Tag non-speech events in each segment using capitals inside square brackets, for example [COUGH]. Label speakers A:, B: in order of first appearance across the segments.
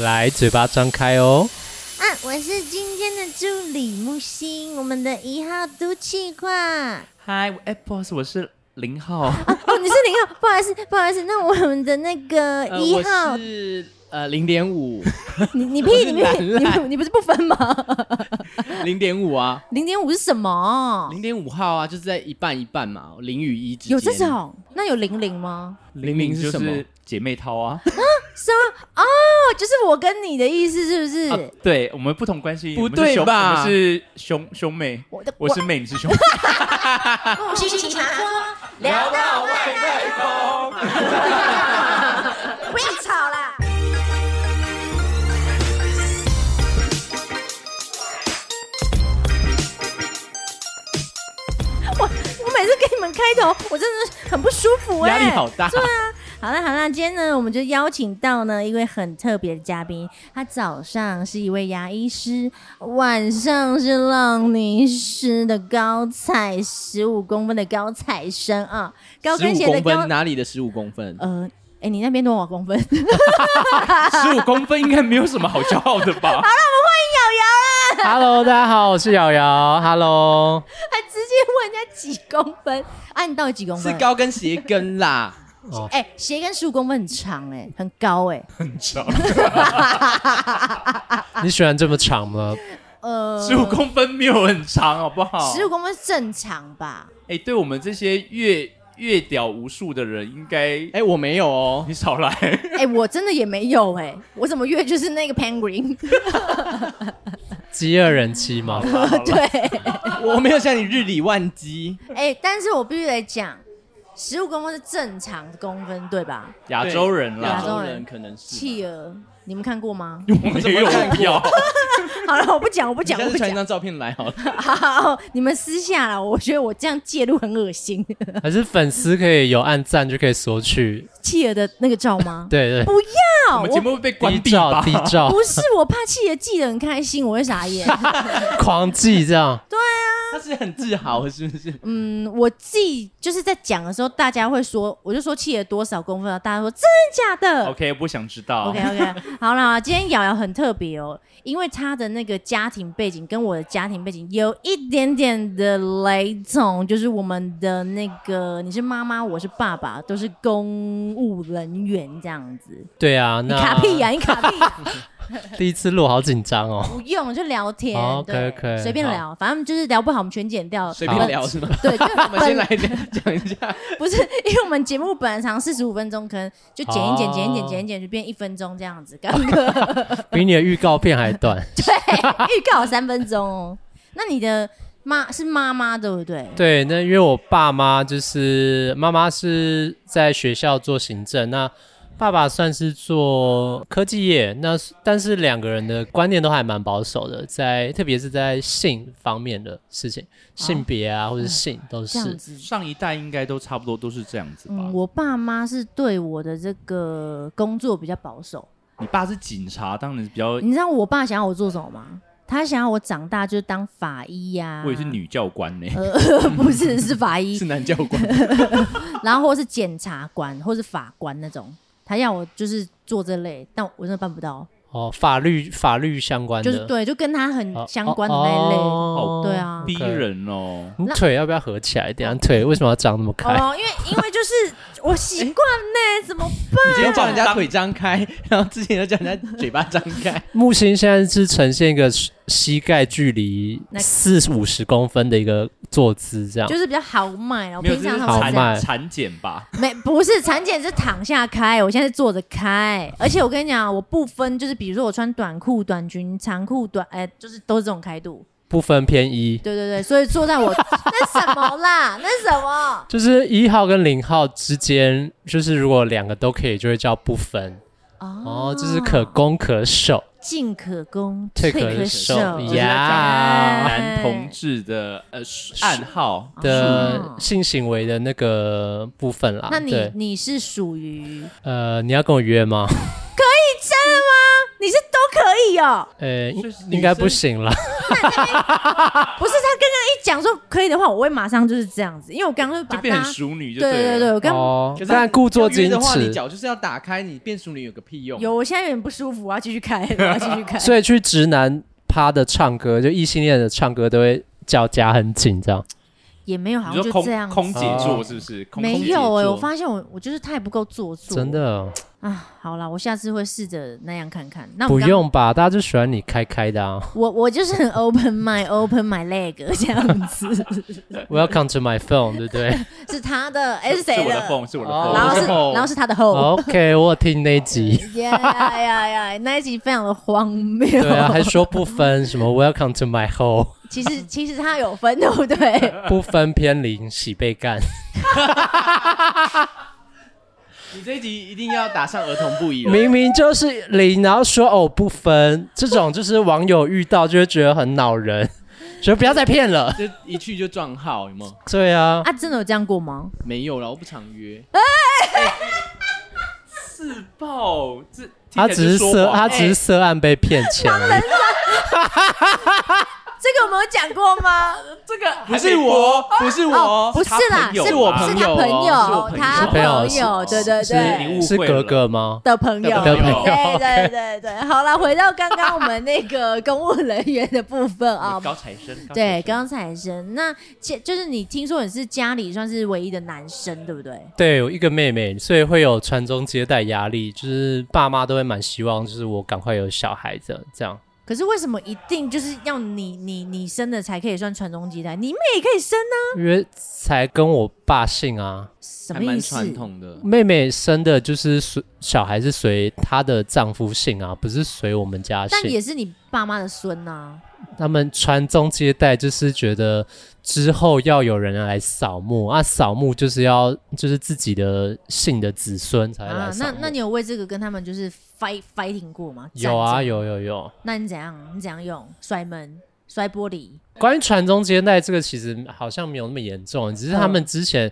A: 来，嘴巴张开哦。
B: 啊，我是今天的助理木星，我们的一号毒气块。
C: 嗨，哎、b o s s 我是零号，
D: 啊
E: [LAUGHS]
B: 哦，你是零号，不好意思，不好意思，那我们的那个
C: 呃
B: 一
C: 我
B: 号，
C: 是呃零
E: [LAUGHS]
C: 点五，
D: 你你屁
C: 我是
D: 你屁
C: 懒
D: 你
C: 懒
D: 不你不是不分吗？
C: 零点五啊，
D: 零点五是什么？
C: 零点五号啊，就是在一半一半嘛，零与一之间。
D: 有这种？那有零零吗？
C: 零零
E: 就
C: 什么
E: 是？姐妹淘啊，
D: 什么？哦，就是我跟你的意思是不是？
E: 啊对我们不同关系，
C: 不
E: 我们是
C: 对
E: 兄
C: 吧
E: 我们是兄兄妹，
D: 我的
E: 我是妹，你是
D: [LAUGHS]
E: 兄弟。
B: 木星奇葩说，
C: 聊到外太空。
B: 不要吵啦。
D: 我每次给你们开头，我真的是很不舒服哎、
E: 压力好大
D: 对啊，好了好了，今天呢，我们就邀请到呢一位很特别的嘉宾，他早上是一位牙医师，晚上是浪尼师的高材十五公分的高材生啊，高
C: 十
D: 跟
C: 五
D: 鞋的
C: 公
D: 高
C: 分，哪里的十五公
D: [LAUGHS]
C: 分？
D: 呃。哎、你那边多少公分？ [LAUGHS]
E: 十五公分应该没有什么好骄傲的吧？
D: 啊
A: Hello，大家好，我是瑶瑶。Hello，
D: 还直接问人家几公分？啊，你到底几公分？
C: 是。高跟鞋跟啦。
D: [LAUGHS] 哎、鞋跟十五公分很长哎、很高哎、
E: 很长，
A: 你喜欢这么长吗？
D: 呃，
E: 十五公分没有很长，好不
C: 哦
E: 好？
D: 十五公分正常吧？
E: 哎，对我们这些月月屌无数的人，应该
C: 哎、我没有哦。
E: 你少来。
D: 哎、我真的也没有哎、我怎么越就是那个 penguin？
A: 饥饿人妻吗？
D: [LAUGHS] 对，
C: 我没有 [LAUGHS] 像你日理万机，
D: 哎、但是我必须得讲，十五公分是正常的公分对吧？
E: 亚洲人
C: 亚
E: 啦，
C: 洲人可能是。
D: 企鹅，你们看过吗？
E: 我们也有要，
D: [LAUGHS] 好了，我不讲，我不
C: 你
D: 讲，
C: 下
D: 我
C: 次
D: 不
C: 传一
D: 讲。
C: 张照片来好了。
D: [LAUGHS] 好，你们私下了，我觉得我这样介入很恶心。 [LAUGHS]
A: 还是粉丝可以有按赞就可以索取？
D: 企鹅的那个照
E: [LAUGHS]
D: 吗？
A: 对对，
D: 不要，
E: 我们节
D: 我
E: 目会被
A: 低
E: 关闭
A: 照
E: 吧？
A: 低
D: [LAUGHS]
A: 照，
D: 不是我怕企鹅记得很开心，我会傻
E: [LAUGHS]
D: 眼。
A: 狂记这样。
C: 他是很自豪，是不是？
D: 嗯，我自己就是在讲的时候，大家会说，我就说企鹅多少公分啊？大家说真的假的？
E: OK，不想知道。
D: OK OK，好啦，今天瑶瑶很特别哦，因为她的那个家庭背景跟我的家庭背景有一点点的雷同，就是我们的那个你是妈妈，我是爸爸，都是公务人员这样子。
A: 对啊，
D: 你
A: 那
D: 卡屁呀、你卡屁、
A: 第一次录好紧张哦。
D: 不用就聊天，
A: 好
D: 对
A: OK，OK，
D: [LAUGHS] 随便聊，反正就是聊不好，我们全剪掉。
C: 随
A: 好
C: 便聊是吗？
D: 对，就
C: [LAUGHS] 我们
D: 本
C: 先来讲一下，
D: [LAUGHS] 不是，因为我们节目本来长四十五分钟，可能就剪一剪，
A: 哦
D: 剪一剪，剪一剪，就变一分钟这样子，刚刚
A: 比你的预告片还短。
D: [LAUGHS] 预告三分钟哦。那你的妈是妈妈对不对？
A: 对，那因为我爸妈就是妈妈是在学校做行政，那爸爸算是做科技业。那但是两个人的观念都还蛮保守的，在特别是在性方面的事情，性别啊、或者性都
D: 哦这样
A: 是。
D: 子。
E: 上一代应该都差不多都是这样子吧？
D: 嗯，我爸妈是对我的这个工作比较保守。
E: 你爸是警察，当然比较，
D: 你知道我爸想要我做什么吗？他想要我长大就是当法医呀、
E: 我也是，女教官呢、
D: 呃， [LAUGHS] 不是是法医
C: [LAUGHS] 是，男教官。
D: 然后或是检察官或是法官那种。他要我就是做这类，但我真的办不到，
A: 哦，法律法律相关的，
D: 就是对，就跟他很
A: 哦
D: 相关的那一类。
A: 哦
D: 对啊
E: 逼人哦。
A: 你腿要不要合起来一点啊？你腿为什么要长那么开？
D: 哦，因为因为就是我习惯呢，怎么办？
C: 你今天叫人家腿张开，然后之前又叫人家嘴巴张 [LAUGHS] 开，
A: 木星现在是呈现一个膝盖距离
D: 那个
A: 四五十公分的一个坐姿，这样
D: 就是比较豪迈然后
E: 没有，
D: 平
E: 这
D: 常他
E: 是
D: 们
A: 好
D: 是这样，
A: 慢
E: 产产检吧？
D: 没不是产检是躺下开，我现在是坐着开，而且我跟你讲，我不分，就是比如说我穿短裤、短裙、长裤、短，哎、就是都是这种开度，
A: 不分偏一。
D: 对对对，所以坐在我 [LAUGHS] 那什么啦，那什么，
A: 就是一号跟零号之间，就是如果两个都可以，就会叫不分。哦，就是可攻可守，
D: 进可攻，
A: 退
D: 可
A: 可守
D: 守对哎
C: 啊
A: 呀
E: 男同志的呃暗号，
D: 哦
A: 的性行为的那个部分啦。
D: 哎那你
A: 对，
D: 你是属于
A: 呃，你要跟我约吗？
D: 你真的吗？你是都可以哦。
A: 呃，应
E: 是女
A: 应该
E: 生
A: 不行啦。
D: 不是他刚刚一讲说可以的话，我会马上就是这样子，因为我刚刚就把
E: 就
D: 大
E: 变
D: 家
E: 很熟女就
D: 对
E: 了
D: 对对，我刚
A: 哦
C: 可，是
A: 但故作
C: 要约
A: 矜
C: 的话，你
A: 持，
C: 脚就是要打开，你变熟女有个屁用？
D: 有，我现在有点不舒服，我要继续开，我要继
A: [LAUGHS]
D: 续开。
A: 所以去直男趴的唱歌，就异性恋的唱歌都会脚夹很紧这样。
D: 也没有，好
E: 你
D: 像就这
E: 说空
D: 样子。
E: 空姐座是不是？空
D: 没
E: 空姐
D: 有哎、
E: 座
D: 我发现我我就是太不够做作，
A: 真的哦
D: 啊。好啦，我下次会试着那样看看。那我
A: 不
D: 们刚，
A: 用吧？大家就喜欢你开开的啊。
D: 我我就是很 open my open my leg 这样子， [LAUGHS]
A: Welcome to my phone，对不对
D: 是他的，哎、是
E: 是
D: 谁
E: 我的缝，是我的
C: 哦
E: 缝。
D: 然后是
C: 我的 hole
D: 然后是他的 hole。
A: 哦？OK，我有听那集。
D: 呀呀呀！那一集非常的荒谬。
A: 对啊，还说不分什么 Welcome to my home，
E: [LAUGHS]
D: 其实其实他有分，对不对？
A: 不分偏零洗被干。
C: 你这一集一定要打上儿童不宜了。
A: 明明就是零，然后说哦不分，这种就是网友遇到就会觉得很恼人，所以不要再骗了。
C: 就一去就撞号，有没有？
A: 对啊，
D: 啊，真的有这样过吗？
C: 没有了，我不常约。
E: 自爆，这
A: 他只是
E: 说
A: 涉
E: 谎欸哎
A: 他只是涉案被骗钱而已。
D: 这个我们有讲过吗？哦
E: 这个
C: 不是我，不是我，
D: 不是啦，
E: 他朋
D: 是
E: 友
C: 是我
E: 吧
D: 是
C: 朋
D: 他
C: 友
D: 朋
C: 哦是我朋友
D: 他
A: 是朋友是
D: 友，对对
E: 你
D: 对
E: 误，
A: 是
E: 会
A: 格
E: 了
A: 格吗？
D: 的朋友，哎
A: 的朋友
D: 对对对对。好了，回到刚刚我们那个公务人员的部分啊
E: 我，高材生。高材
D: 对，
E: 生
D: 刚才生，那其就是你听说你是家里算是唯一的男生，对不对？
A: 对，有一个妹妹，所以会有传宗接代压力，就是爸妈都会蛮希望，就是我赶快有小孩的这样。
D: 可是为什么一定就是要你你你生的才可以算传宗接代？你妹也可以生啊呢、
A: 因为才跟我爸姓啊，
D: 什
C: 还
D: 么意
C: 蛮
D: 思？
C: 传统的。
A: 妹妹生的就是随小孩是随她的丈夫姓啊，不是随我们家
D: 但
A: 姓。
D: 也是你爸妈的孙啊呐、
A: 他们传宗接代就是觉得之后要有人来扫墓啊，扫墓就是要就是自己的姓的子孙才
D: 啊。
A: 会来扫墓。
D: 那那你有为这个跟他们就是 fight fighting 过吗？
A: 有啊
D: 战争。
A: 有有有。
D: 那你怎样？你怎样用？摔门、摔玻璃？
A: 关于传宗接代这个，其实好像没有那么严重，只是他们之前，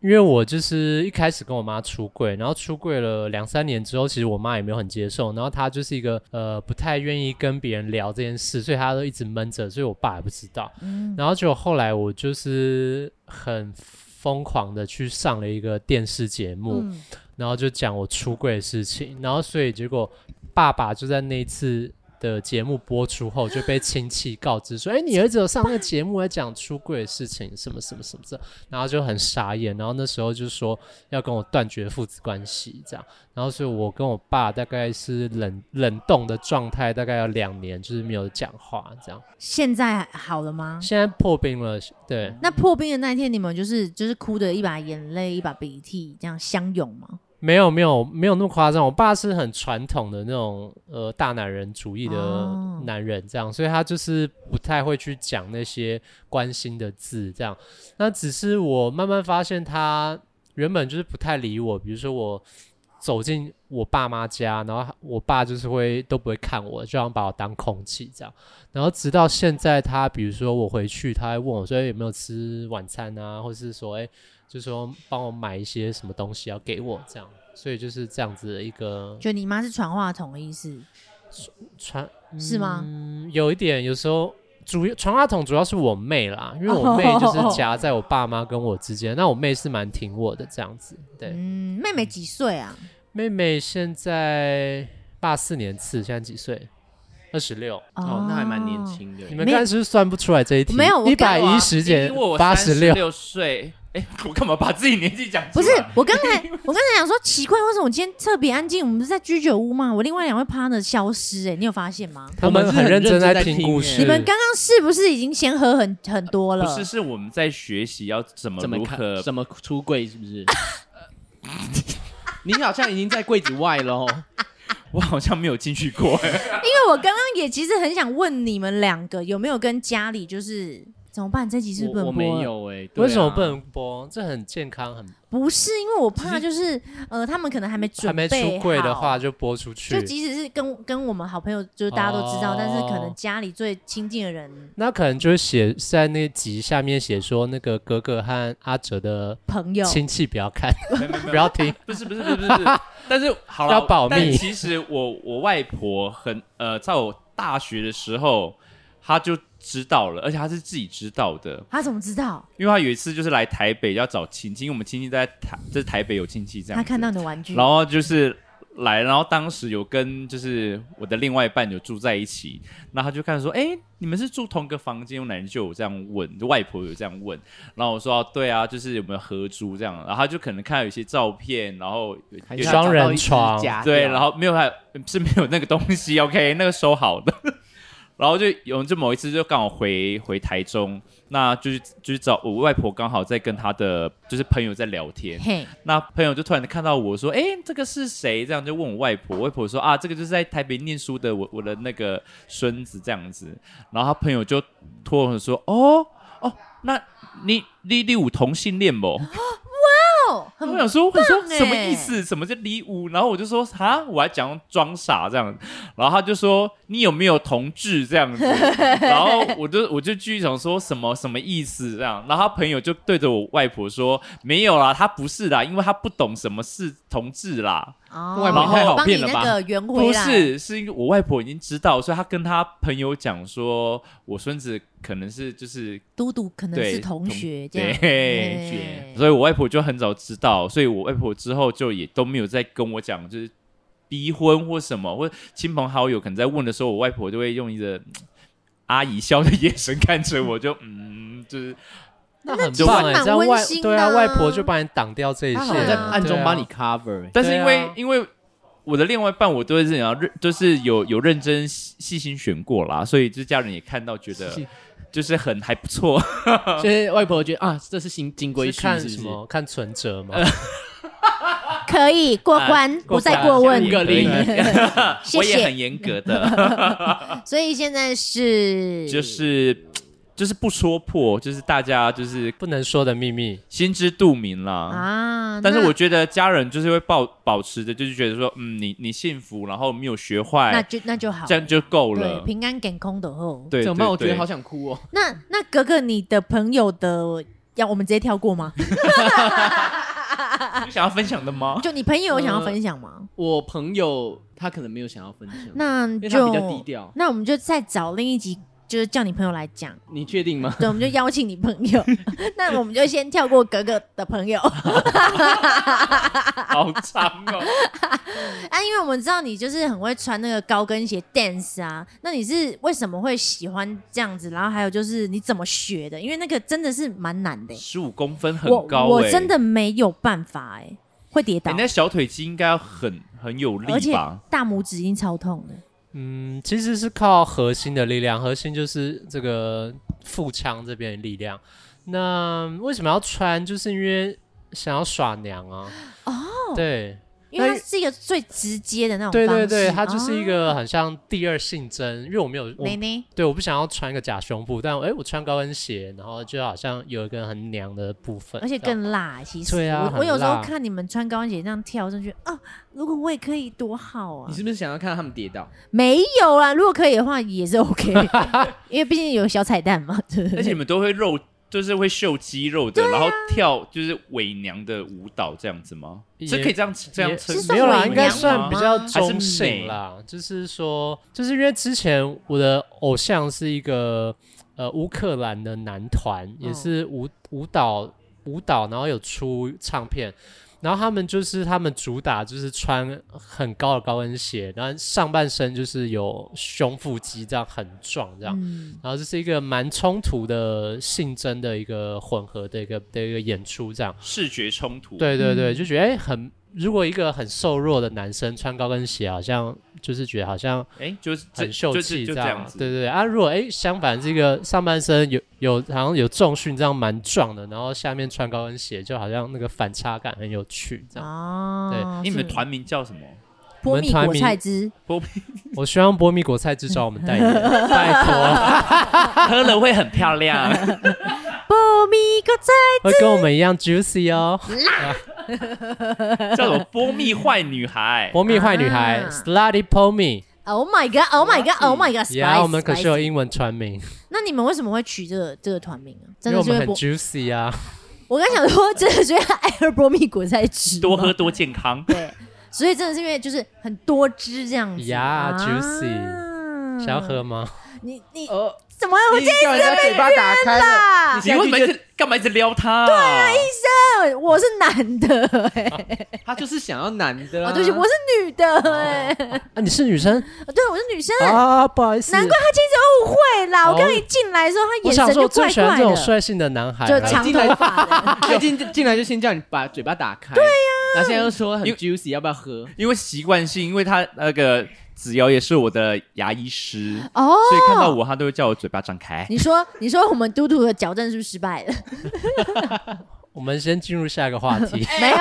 A: 因为我就是一开始跟我妈出柜，然后出柜了两三年之后，其实我妈也没有很接受，然后她就是一个呃不太愿意跟别人聊这件事，所以她都一直闷着，所以我爸也不知道。然后就后来我就是很疯狂的去上了一个电视节目，
D: 嗯，
A: 然后就讲我出柜的事情，然后所以结果爸爸就在那一次的节目播出后就被亲戚告知说，哎，你儿子有上那个节目来讲出柜的事情，什么什么什么的，然后就很傻眼，然后那时候就说要跟我断绝父子关系这样，然后所以我跟我爸大概是冷冷冻的状态，大概有两年就是没有讲话这样，
D: 现在好了吗？
A: 现在破冰了，对。
D: 那破冰的那一天，你们就是就是哭的一把眼泪一把鼻涕这样相拥吗？
A: 没有没有没有那么夸张，我爸是很传统的那种呃大男人主义的
D: 哦
A: 男人，这样，所以他就是不太会去讲那些关心的字，这样。那只是我慢慢发现他原本就是不太理我，比如说我走进我爸妈家，然后我爸就是会都不会看我，就想把我当空气这样。然后直到现在他，比如说我回去，他会问我说哎诶有没有吃晚餐啊，或是说哎、诶就说帮我买一些什么东西要给我这样。所以就是这样子的一个
D: 就你妈是传话筒的意思，
A: 传
D: 是吗
A: 嗯，有一点，有时候主传话筒主要是我妹啦，因为我妹就是夹在我爸妈跟我之间，那我妹是蛮挺我的这样子。对，
D: 嗯，妹妹几岁啊？
A: 妹妹现在八四年次，现在几岁？二十六。
C: 哦，那还蛮年。轻的
A: 你。们
D: 没有
A: 刚才是不是算不出来这一题？
D: 没有我
A: 一
D: 刚
A: 百
D: 我啊
A: 一十
E: 你
A: 减
E: 问我
A: 八十
E: 十
A: 六，
E: 六岁，哎，我干嘛把自己年纪讲出
D: 不
E: 来？
D: 是，我刚才我刚才想说奇怪，为什么我今天特别安静？我们不是在居酒屋吗？我另外两位 partner 消失、哎，你有发现吗？
A: 他们
C: 我们是很
A: 认真
C: 认真
A: 在
C: 在
A: 听
C: 听
A: 故
C: 耶
A: 事。
D: 你们刚刚是不是已经先喝很很多了？
E: 不是，是我们在学习要怎么
C: 怎么
E: 如
C: 看？
E: 何
C: 怎么出柜？是不是？ [LAUGHS] 你好像已经在柜子外喽。
E: 我好像没有进去
D: [LAUGHS]
E: 过，欸
D: 因为我刚刚也其实很想问你们两个有没有跟家里就是怎么办？这集是不是
E: 我我
D: 不能播
E: 没
D: 了？
E: 有
C: 欸
E: 哎，对啊
A: 为什么不？能播？这很健康，很
D: 不是，因为我怕就是呃，他们可能还没准
A: 还没出
D: 备
A: 柜的
D: 好
A: 话就播出
D: 就
A: 去。
D: 即使是跟跟我们好朋友，就是大家都知道，
A: 哦
D: 但是可能家里最亲近的人
A: 那可能就是写在那集下面写说，那个格格和阿哲的
D: 朋友，
A: 亲戚不要看， [LAUGHS]
E: 没有没有没有
A: 不要听。
E: 不是不是不是不是不是，但
D: [LAUGHS]
E: 是好了，
A: 要保密
E: 但其实我我外婆很呃，在我大学的时候，她就知道了，而且她是自己知道的，
D: 他怎么知道？
E: 因为她有一次就是来台北要找亲戚，因为我们亲戚在台在台北有亲戚这样
D: 他
E: 子，
D: 看到你的玩具，
E: 然后就是来，嗯然后当时有跟就是我的另外一半有住在一起，然后他就看说，哎，你们是住同个房间？我奶奶就有这样问，就外婆有这样问，然后我说、啊对啊，就是有没有合租这样，然后他就可能看到有一些照片，然后有
C: 还
E: 有
C: 是要
A: 双人
C: 找到一只
A: 床
C: 假
E: 对，
C: 掉
E: 然后没有还是没有那个东西，OK，那个收好的。然后就有就某一次就刚好回回台中，那就是就是找我外婆刚好在跟她的就是朋友在聊天，
D: 嘿，
E: 那朋友就突然看到我说：“哎、这个是谁？”这样就问我外婆，我外婆说：“啊，这个就是在台北念书的我我的那个孙子这样子。”然后他朋友就托我说：“哦哦，那你你你有同性恋不？”
D: 啊哦，很
E: 我想说，我说
D: 欸
E: 什么意思？什么叫离屋？然后我就说啊，我还讲装傻这样，然后他就说你有没有同志
D: [LAUGHS]
E: 这样子？然后我就我就继续想说什么什么意思这样，然后他朋友就对着我外婆说没有啦，他不是啦，因为他不懂什么是同志啦，
D: 哦
C: 外面太好
D: 帮
E: 骗
D: 你
E: 了吧
D: 那个圆回
E: 不
D: 来，
E: 是，是因为我外婆已经知道，所以她跟她朋友讲说，我孙子可能是就是
D: 嘟嘟可能
E: 对
D: 是同学这样，哎
E: 对
D: 嘿
E: 所以我外婆就很早知道，所以我外婆之后就也都没有再跟我讲，就是逼婚或什么，或亲朋好友可能在问的时候，我外婆就会用一个嗯阿姨笑的眼神看着我，就嗯，就是
A: 那很
E: 就
A: 棒
B: 蛮
A: 哎，这样
B: 温
A: 外
B: 馨的
A: 对啊，
B: 啊
A: 外婆就帮你挡掉这一切，
C: 他好像在暗
A: 对
C: 中
A: 啊
C: 帮你 cover，欸 [LAUGHS]
E: 但是因为、
C: 对啊
E: 因为我的另外一半，我都会这样认，就是有有认真细细心选过啦，所以就家人也看到觉得
C: 是
E: 就是很还不错，
C: 所以外婆觉得啊，这是新金龟
A: 是
C: 婿，
A: 看
C: 是
A: 什
C: 不是？
A: 么？看存折吗？
D: [LAUGHS] 可以过关，
E: 哎
D: 不再
E: [LAUGHS]
D: 过问 [LAUGHS]
C: 五。个零，
D: 谢
E: 我也
D: 谢
E: 很严格的。
D: [LAUGHS]
B: 所以现在是
E: 就是就是不说破，就是大家就是
A: 不能说的秘密。
E: 心知肚明啦。
B: 啊，
E: 但是
B: 那
E: 我觉得家人就是会保保持着，就是觉得说，嗯，你你幸福，然后没有学
D: 那
E: 坏，
D: 就那就好，
E: 这样就够
D: 对，
E: 了。
D: 平安健康的后。
E: 对，
C: 怎么办？
E: 对
C: 我觉得
E: 对
C: 好想哭哦。
D: 那那格格，你的朋友的要我们直接跳过
C: [LAUGHS]
D: 吗？
E: 你想要分享
D: [LAUGHS]
E: 的吗？
D: 就你朋友有想
C: 呃
D: 要分享吗？
C: 我朋友他可能没有想要分享，
D: 那
C: 因为他
D: 就
C: 比较低调。
D: 那我们就再找另一集，就是叫你朋友来讲。
C: 你确定吗？
D: 对，我们就邀请你朋
C: [LAUGHS]
D: 友。那我们就先跳过格格的朋友 [LAUGHS] 啊，
E: 好长哦。
D: 因为我们知道你就是很会穿那个高跟鞋 dance 啊。那你是为什么会喜欢这样子？然后还有就是你怎么学的？因为那个真的是蛮难的欸、
E: 十五公分很
D: 我
E: 高、欸，
D: 我真的没有办法哎、会跌倒
E: 欸，你，那小腿肌应该要很很有
D: 而
E: 力
D: 且
E: 吧？
D: 大拇指已经超痛了。
A: 嗯，其实是靠核心的力量，核心就是这个腹腔这边的力量。那为什么要穿？就是因为想要耍娘啊。哦，对
D: 因为它是一个最直接的那种
A: 对
D: 方
A: 对
D: 式，
A: 对，它就是一
D: 哦
A: 个很像第二性征，因为我没有我
D: 奶奶
A: 对我不想要穿一个假胸部，但诶我穿高跟鞋，然后就好像有一个很娘的部分，
D: 而且
A: 这样
D: 更辣，其实
A: 对啊
D: 我我有时候
A: 很辣
D: 看你们穿高跟鞋这样跳上去啊，如果我也可以多好啊
C: 你！是不是想要看到他们跌倒？
D: 没有啊，如果可以的话也
A: [LAUGHS]
D: 是 OK，因为毕竟有小彩蛋嘛，对啊不
E: 而且你
D: 对？
E: 们都会肉，就是会秀肌肉的，然后跳就是伪娘的舞蹈这样子吗？
A: 也
E: 是可以这样这样
A: 也
E: 称
D: 是
E: 呼
A: 没有
D: 算
A: 啦，
D: 伪
A: 应该
D: 娘
A: 算
E: 吗
A: 比较
E: 还是
A: 中性
E: 美
A: 啦。就是说，就是因为之前我的偶像是一个呃乌克兰的男团，也
D: 嗯
A: 是舞舞蹈舞蹈，然后有出唱片。然后他们就是他们主打就是穿很高的高跟鞋，然后上半身就是有胸腹肌这样很壮这样，
D: 嗯，
A: 然后这是一个蛮冲突的性征的一个混合的一个的一个演出这样。
E: 视觉冲突。
A: 对对对，
D: 嗯
A: 就觉得哎、很如果一个很瘦弱的男生穿高跟鞋，好像就是觉得好像
E: 哎、就是这
A: 很秀
E: 就是
A: 气
E: 就
A: 这
E: 这
A: 样啊。
E: 样子。
A: 对对对啊，如果哎、相反，这个上半身有有好像有重训这样蛮壮的，然后下面穿高跟鞋，就好像那个反差感很有趣这样。
D: 哦，
A: 对
E: 你
D: 是 [LAUGHS]
E: 们团名叫什么？
D: 波蜜
A: 我们
D: 果
A: 团
D: 菜汁，
A: 我希望波米果菜汁找我们代言，拜托，
E: 喝了会很漂亮。
D: [LAUGHS] 波蜜果菜
A: 会跟我们一样 juicy 哦。
E: 叫做波蜜坏
D: [LAUGHS]
E: 女孩。
A: 波蜜坏女孩
D: 啊
A: slutty pommy，
D: ，Oh my god，Oh my god，Oh my god，
A: 然
D: spicy，
A: 后我们可是有
D: spicy
A: 英文传名，
D: 那你们为什么会取这个这个团名啊？
A: 因
D: 真
A: 为
D: 的
A: 我
D: 是
A: 们
D: 因
A: 很
D: 为波，
A: juicy 啊。
D: 我刚想说，真的是因为爱喝波蜜果菜汁，，
E: 多喝多健康
D: 对，所以真的是因为就是很多汁这样子
A: 呀
D: 啊嗯
A: juicy 想要喝吗？
D: 你你
C: 哦，
D: 怎么
C: 你叫人家嘴巴打
D: 啊
C: 开了，
E: 你
C: 现在
E: 为什么一
C: 就
E: 直干嘛一直撩他、对啊，
D: 会？我是男的哎、
C: 欸他就是想要男的啊。
D: 哦，对不起，我是女的哎、
A: 啊，你是女生
D: 哦对，我是女生。
A: 啊，不好意思。
D: 难怪他今天一直误会啦！我
A: 哦
D: 刚一进来的时候，他
A: 我
D: 眼
A: 想
D: 神
A: 说，
D: 就
A: 我最
D: 怪
A: 喜欢这
D: 怪
A: 种
D: 的，
A: 率性的男孩
D: 就
A: 了。
D: 长
C: 进来
D: 头发的。
C: 他进进来就先叫你把嘴巴打开，对呀，然后现在又说很
E: 因为
C: juicy，要不要喝？
E: 因为习惯性，因为他那个子瑶也是我的牙医师，
D: 哦，
E: 所以看到我他都会叫我嘴巴张开。
D: 你说，你说我们嘟嘟的矫正是不是失败了？
A: 我们先进入下一个话
D: [LAUGHS]
A: 题。
D: 没有，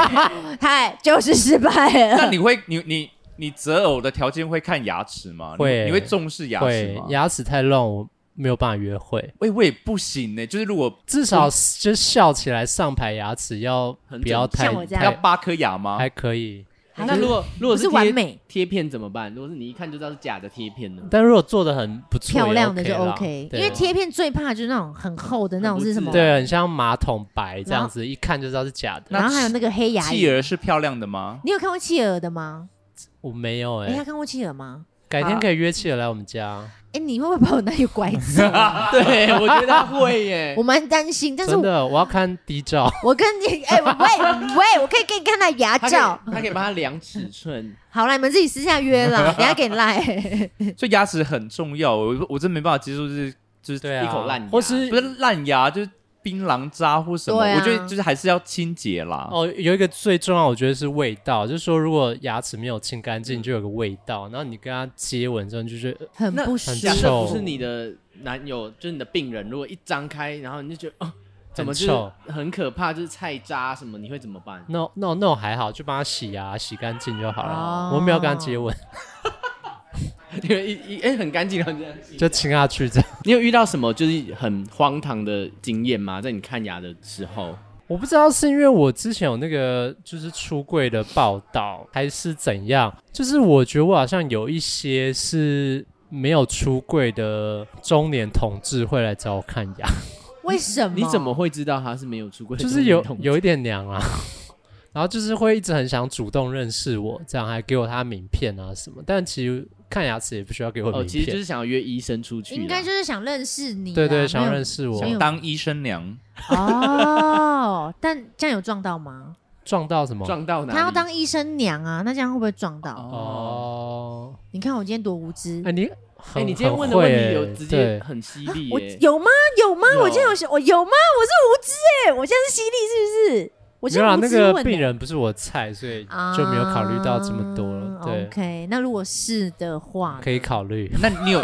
D: [LAUGHS] 嗨，就是失
A: [LAUGHS]
D: 败
E: 那
D: 了。
E: 你会你你你择偶的条件会看牙齿吗？你
A: 会
E: 你会重视牙齿
A: 会
E: 吗？
A: 牙齿太乱，我没有办法约会。
E: 喂，我也不行呢、就是如果
A: 至少就是笑起来上排牙齿要
C: 很
A: 不要
C: 整
A: 太
D: 像我这样
E: 要
A: 太
E: 八颗牙吗？
A: 还可以，
D: 还
C: 那如果如果
D: 不是
C: 贴
D: 完美
C: 贴片怎么办？如果是你一看就知道是假的贴片呢？
A: 但如果做的很不错也
D: 漂亮的就
A: OK 啦
D: OK，因
A: 对啊
D: 为贴片最怕就是那种很厚的那种是什么？
A: 对很像马桶白这样子，一看就知道是假的。
D: 然后还有那个黑牙
E: 企
D: 龈。
E: 鹅是漂亮
A: [LAUGHS]
E: 的吗？
D: 你有看过企鹅的吗？
A: 我没有
D: 哎，他
A: 哎，
D: 看过企鹅吗？
A: 改天可以约起来来我们家。
D: 哎，你会不会把我那里拐走啊？
C: [LAUGHS] 对，我觉得他会 [LAUGHS] 耶
D: [LAUGHS] 我。蛮担心，但是
A: 真
D: 我
A: 的，我要看 D
D: [LAUGHS]
A: 照。
D: 我跟你哎喂喂，我可以给你看他牙
C: 他
D: 照。
C: 可以他可以帮他量尺寸，
D: 好了，你们自己私下约啦，等下给你赖。
E: 所以牙齿很重要，我我真没办法接受，就是就是
A: 对啊，
C: 一口烂牙
A: 或是
E: 不是烂牙，就是槟榔渣或什么，
D: 对啊
E: 我觉得就是还是要清洁啦。
A: 哦，有一个最重要，我觉得是味道，就是说如果牙齿没有清干净，就有个味道，然后你跟他接吻之后，你就是呃
D: 很
C: 那
D: 不
A: 很
D: 爽
C: 假。设
A: 臭
C: 不是你的男友，就是你的病人，如果一张开，然后你就觉得哦，怎么
A: 很
C: 就
A: 臭
C: 是很可怕，就是菜渣什么，你会怎么办？ [LAUGHS]
A: 那那那还好，就帮他洗牙、洗干净就好了。
D: 哦
A: 我没有跟他接吻，
C: 因为一一哎很干净，然后这样
A: 就亲下去这样。 [LAUGHS]
C: 你有遇到什么就是很荒唐的经验吗？在你看牙的时候，
A: 我不知道是因为我之前有那个就是出柜的报道，还是怎样，就是我觉得我好像有一些是没有出柜的中年同志会来找我看牙，
D: 为什么？
C: 你怎么会知道他是没有出柜的
A: 就
C: 同志？
A: 是有有一点娘啊，然后就是会一直很想主动认识我，这样还给我他名片啊什么，但其实看牙齿也不需要给我
C: 哦，
A: 名
C: 其实就
A: 片，
C: 是啊想要约医生出去啦，啊
D: 应该就是想认识你啦。啊
A: 对对，
D: 没
A: 想
D: 有
A: 要认识我
D: 没，有
E: 当医生娘，
D: 哦，但这样有撞到吗？
A: 撞到什么？
C: 撞到哪里？
D: 他要当医生娘啊，那这样会不会撞到？
C: 哦。
A: 哦，
D: 你看我今天多无知
A: 哎、。你
C: 哎、
A: 很
C: 你今天
A: 很
C: 问的问
A: 会
C: 题
A: 欸
C: 有直接
A: 对
C: 很犀利
D: 啊我
C: 耶、
D: 有吗？有吗？
C: 有
D: 我今天有想我有吗？我是无知哎，我现在是犀利是不是？我
A: 没
D: 现
A: 有
D: 在
A: 啦，
D: 无
A: 那
D: 知
A: 个
D: 问欸
A: 病
C: 欸
D: 的
A: 人不是我菜，所以
C: 啊
A: 就没有考虑到这么多了。
D: 啊
C: 哦
A: 对，
D: ，OK，那如果是的话呢，
A: 可以考虑。
E: 那
A: [LAUGHS]
E: 你有，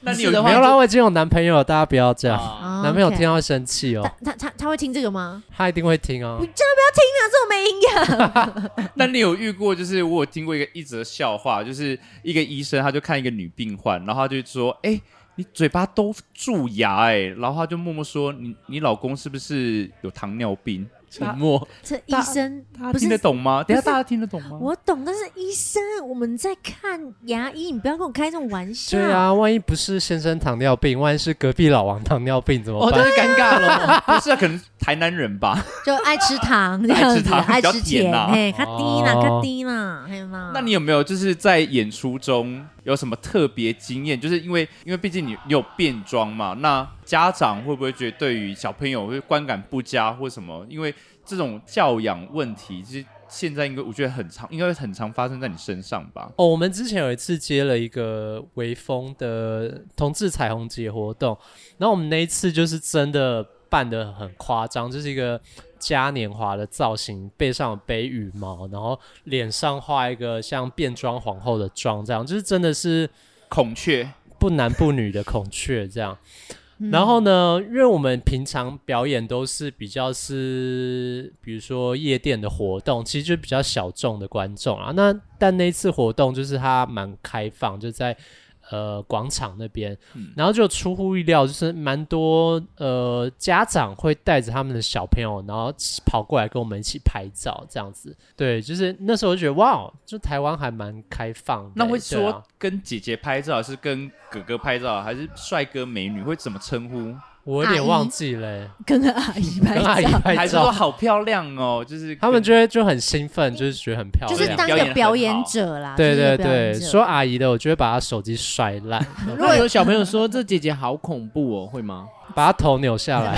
E: 那你有
C: 是的
A: 没
C: 话
A: 有
C: 就
A: 啦，我已经有男朋友了，大家不要这样。
C: 啊
D: 啊
A: 男朋友
D: OK
A: 听到会生气哦
D: 他，他他他会听这个吗？
A: 他一定会听哦
D: 我。叫他不要听啊，这种没营养。
E: 那你有遇过？就是我有听过一个一则笑话，就是一个医生他就看一个女病患，然后他就说：“哎、你嘴巴都蛀牙哎、然后他就默默说：“你你老公是不是有糖尿病
C: 沉默，
D: 这医生
E: 大
D: 不
E: 家听得
D: 是
E: 懂吗？等一下
D: 不是
E: 大家听得懂吗？
D: 我懂，但是医生我们在看牙医，你不要跟我开这种玩笑。
A: 对啊，万一不是先生糖尿病，万一是隔壁老王糖尿病怎么
C: 哦，这
A: 办？
C: 是尴尬了。
E: [LAUGHS] 不是啊，可能台南人吧。
D: 就爱
A: [LAUGHS]
D: 吃糖这样
E: 爱吃
D: 子，
E: 糖
D: 爱
E: 比较
D: 吃
E: 甜
D: 甜，
E: 啊
D: 嘿，卡低啦，
A: 哦
D: 卡低啦，还有啦。
E: 那你有没有就是在演出中有什么特别经验？就是因为因为毕竟你你有变装嘛，那家长会不会觉得对于小朋友会观感不佳或什么？因为这种教养问题，其实现在应该我觉得很常，应该会很常发生在你身上吧。
A: 哦，我们之前有一次接了一个微风的同志彩虹节活动，然后我们那一次就是真的办得很夸张，就是一个嘉年华的造型，背上有背羽毛，然后脸上画一个像变装皇后的妆，这样就是真的是
E: 孔雀
A: 不男不女的孔雀这样。
E: 嗯
A: 然后呢，因为我们平常表演都是比较是，比如说夜店的活动，其实就比较小众的观众啊。那但那一次活动就是它蛮开放，就在呃广场那边，
E: 嗯
A: 然后就出乎意料，就是蛮多呃家长会带着他们的小朋友，然后跑过来跟我们一起拍照，这样子。对，就是那时候就觉得哇，就台湾还蛮开放的。
E: 那会
A: 对啊
E: 说跟姐姐拍照，还是跟哥哥拍照，还是帅哥美女会怎么称呼？
A: 我有点
D: 阿姨
A: 忘记了欸、
D: 跟阿姨拍
A: 跟阿姨
D: 照，
A: 拍
E: 还是
A: 照
E: 说。好漂亮哦？就是
A: 他们
E: 跟
A: 就会就很兴奋，就是觉得很漂
D: 就
A: 亮，
D: 是当个表
E: 表
D: 演
E: 演
D: 者啦。
A: 对
D: 就
A: 对
D: 是表演
A: 对，
D: 者
A: 说阿姨的，我就会把她手机摔
D: [LAUGHS]
A: 烂，
C: 如果有小朋友说这姐姐好恐怖哦，会
D: [LAUGHS]
C: 吗？
A: 把她头扭下来。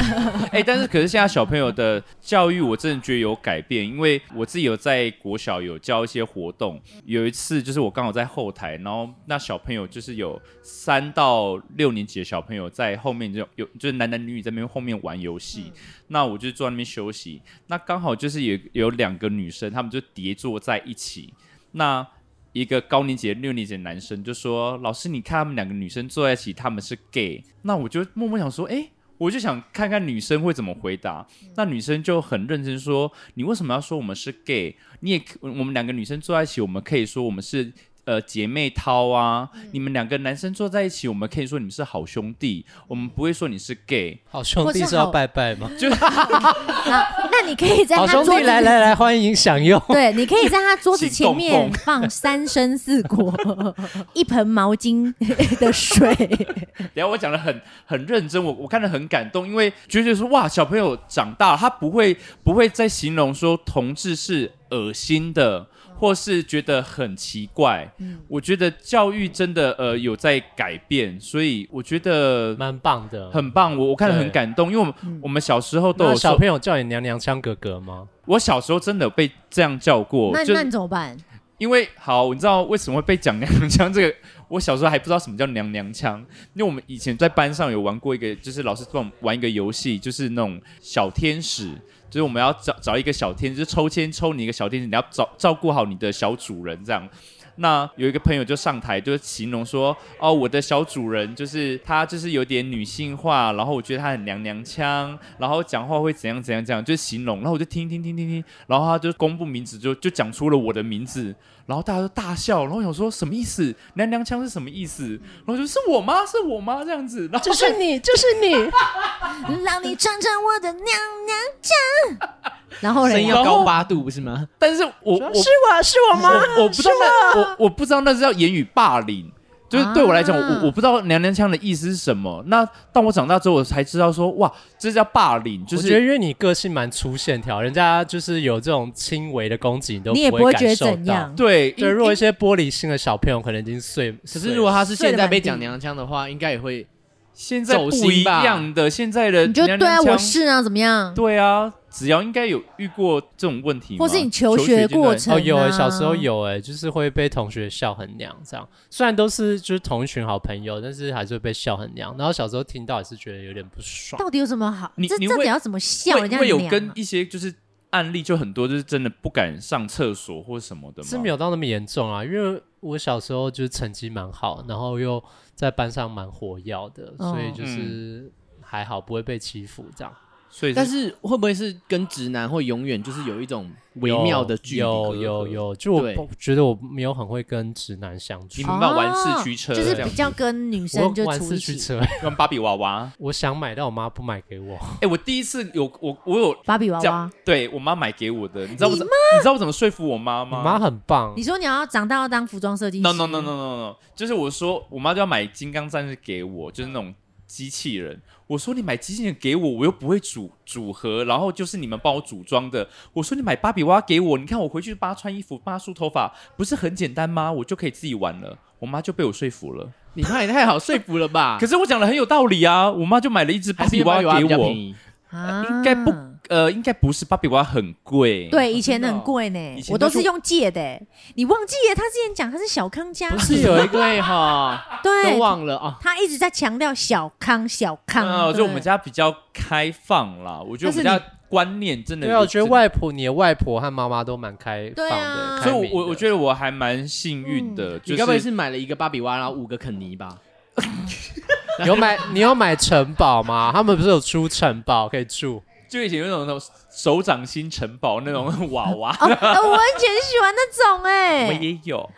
E: 哎、但是可是现在小朋友的教育，我真的觉得有改变，因为我自己有在国小有教一些活动，有一次就是我刚好在后台，然后那小朋友就是有三到六年级的小朋友在后面就有就是男男女女在那边后面玩游戏，那我就坐在那边休息，那刚好就是有有两个女生，她们就叠坐在一起，那。一个高年级的六年级的男生就说：“老师，你看他们两个女生坐在一起，他们是 gay。”那我就默默想说：“哎、我就想看看女生会怎么回答。那女生就很认真说：“你为什么要说我们是 gay？你也可我们两个女生坐在一起，我们可以说我们是呃姐妹淘啊。你们两个男生坐在一起，我们可以说你们是好兄弟，我们不会说你是 gay。
A: 好兄弟是要拜拜吗？
D: 啊，那你可以在
A: 好
D: 他
A: 兄
D: 桌
A: 弟
D: 子
A: 来来来，欢迎享用。
D: 对，你可以在他桌子前
E: 行
D: 面
E: 动
D: 放三生四果，一盆毛巾的
E: [LAUGHS]
D: 水，
E: 然后我讲的很很认真，我我看得很感动，因为觉得说哇，小朋友长大了，他不会不会再形容说同志是恶心的，或是觉得很奇怪。
A: 嗯
E: 我觉得教育真的呃有在改变，所以我觉
A: [LAUGHS]
E: 得
A: 蛮棒的。
E: 很棒，我我看了
A: 对嗯
E: 很感动，因为我们、我们小时候都
A: 那
E: 有
A: 小
E: 说，
A: 朋友叫你娘娘腔哥哥吗？
E: 我小时候真的有被这样叫过
D: 那，
E: 就
D: 那你怎么办？
E: 因为好，你知道为什么会被讲娘娘腔这个？我小时候还不知道什么叫娘娘腔，因为我们以前在班上有玩过一个，就是老师帮我们玩一个游戏，就是那种小天使，就是我们要找找一个小天使，就是抽签抽你一个小天使，你要照照顾好你的小主人这样。那有一个朋友就上台，就形容说：“哦，我的小主人就是他，就是有点女性化，然后我觉得他很娘娘腔，然后讲话会怎样怎样怎样，就形容。”然后我就听听听听听，然后他就公布名字就，就讲出了我的名字，然后大家都大笑，然后我想说什么意思？娘娘腔是什么意思？然后我就说是我吗？是我吗？这样子，然
D: 嗯
E: 后
D: 就是你，就是你，
B: 让你尝尝我的娘娘。
D: 哦然后
C: 声
D: 嘞
C: 音，要高八度不是吗？
E: 但是我我
D: 我是我
E: 我我不知道那我我不知道那是叫言语霸凌，就是对我来讲，
D: 啊
E: 我我不知道娘娘腔的意思是什么。那当我长大之后，我才知道说，哇，这叫霸凌，就
A: 我觉得
E: 是
A: 因为你个性蛮粗线条，人家就是有这种轻微的攻击，你都
D: 你也
A: 不
D: 不会
A: 感
D: 觉得
A: 受
D: 怎
A: 到
D: 样
E: 对
A: 对，
E: 因
A: 如果一些玻璃心的小朋友，可能已经碎。
C: 可
A: 可
C: 是如果他是现在被
D: 碎得蛮低
C: 讲娘腔的话，应该也会
E: 现在
C: 走
E: 不一
C: 心吧
E: 样的，现在的
D: 你就
E: 娘
D: 对啊，
E: 娘腔
D: 我是啊，怎么样？
E: 对啊，只要应该有遇过这种问题吗，
D: 或是你求
E: 学
D: 学
E: 阶段
D: 过程、啊
A: 哦，有、欸、小时候，有哎、就是会被同学笑很娘这样。虽然都是就是同一群好朋友，但是还是会被笑很娘。然后小时候听到也是觉得有点不爽。
D: 到底有什么好？
E: 你
D: 这
E: 你
D: 这
E: 会
D: 得要怎么笑
E: 会
D: 人家
E: 会有
D: 娘
E: 跟
D: 啊
E: 一些就是案例，就很多就是真的不敢上厕所或什么的吗？
A: 是没有到那么严重啊，因为我小时候就是成绩蛮好，然后又在班上蛮活跃的，
D: 哦
A: 所以就是还好不会被欺负这
C: 嗯
A: 样。
E: 所以
C: 但是会不会是跟直男会永远就是有一种微
A: 有
C: 妙的距离？
A: 有有，有，就我
C: 对
A: 不觉得我没有很会跟直男相
E: 你
A: 处，
E: 们玩四驱车
D: 哦就
E: 这
D: 是
E: 样
D: 比
E: 子
D: 较跟女
A: 我
D: 生就
A: 玩
D: 处
A: 四
D: 一
A: 驱
D: 起。
A: 车，
E: 玩芭比娃娃，
A: 我想买，但我妈不买给我。
E: 哎、我第一次有我我有
D: 芭比娃
E: 这样
D: 娃，，
E: 对我妈买给我的，你知道我
D: 你
E: 怎你知道我怎么说服我妈
A: 你
E: 吗？
A: 妈很棒
D: 你，说你要长大要当服装设计师
E: no no no no no no，就是我说我妈就要买金刚战士给我，就是那种机器人。我说你买机器人给我，我又不会组组合，然后就是你们帮我组装的。我说你买芭比娃娃给我，你看我回去帮她穿衣服，帮她梳头发，不是很简单吗？我就可以自己玩了。我妈就被我说服了。
C: 你妈也太好说服了吧？
E: 可是我讲的很有道理啊，我妈就买了一只芭
C: 还是
E: 比
C: 啊芭
E: 娃
C: 比娃娃
E: 娃
C: 比
E: 给
C: 较
E: 我
C: 便。宜。
D: 啊，
E: 应该不呃，应该不是芭比娃娃很贵。
D: 对，以前
E: 真的
D: 很
E: 哦
D: 贵呢
E: 以，前
D: 我都
E: 都是
D: 是用借的欸。你忘记了？他之前讲他是小康家
C: 不，是有一对
D: [LAUGHS]
C: 哈，
D: 对
C: 都，忘了啊。
D: 他一直在强调小康小康。
E: 啊，我觉得我
D: 对
E: 们家比较开放啦，我觉得我们
D: 但是
E: 家观念真的
A: 对
E: 有。
A: 啊，我觉得
E: 真的
A: 外婆，你的外婆和妈妈都蛮开放
D: 对啊
A: 的，
E: 所
A: 开
E: 以
A: 明的
E: 我我我觉得我还蛮幸运的，
C: 你
E: 就
C: 该不会
E: 是
C: 是买了一个芭比娃，然后五个肯尼吧？
A: 有买 [LAUGHS] 你有买城堡吗？他们不是有出城堡可以住？
E: 就以前有那种手掌心城堡那种 [LAUGHS] 娃娃，
D: 哦，呃我很喜欢那种哎、
E: [LAUGHS] 我也有。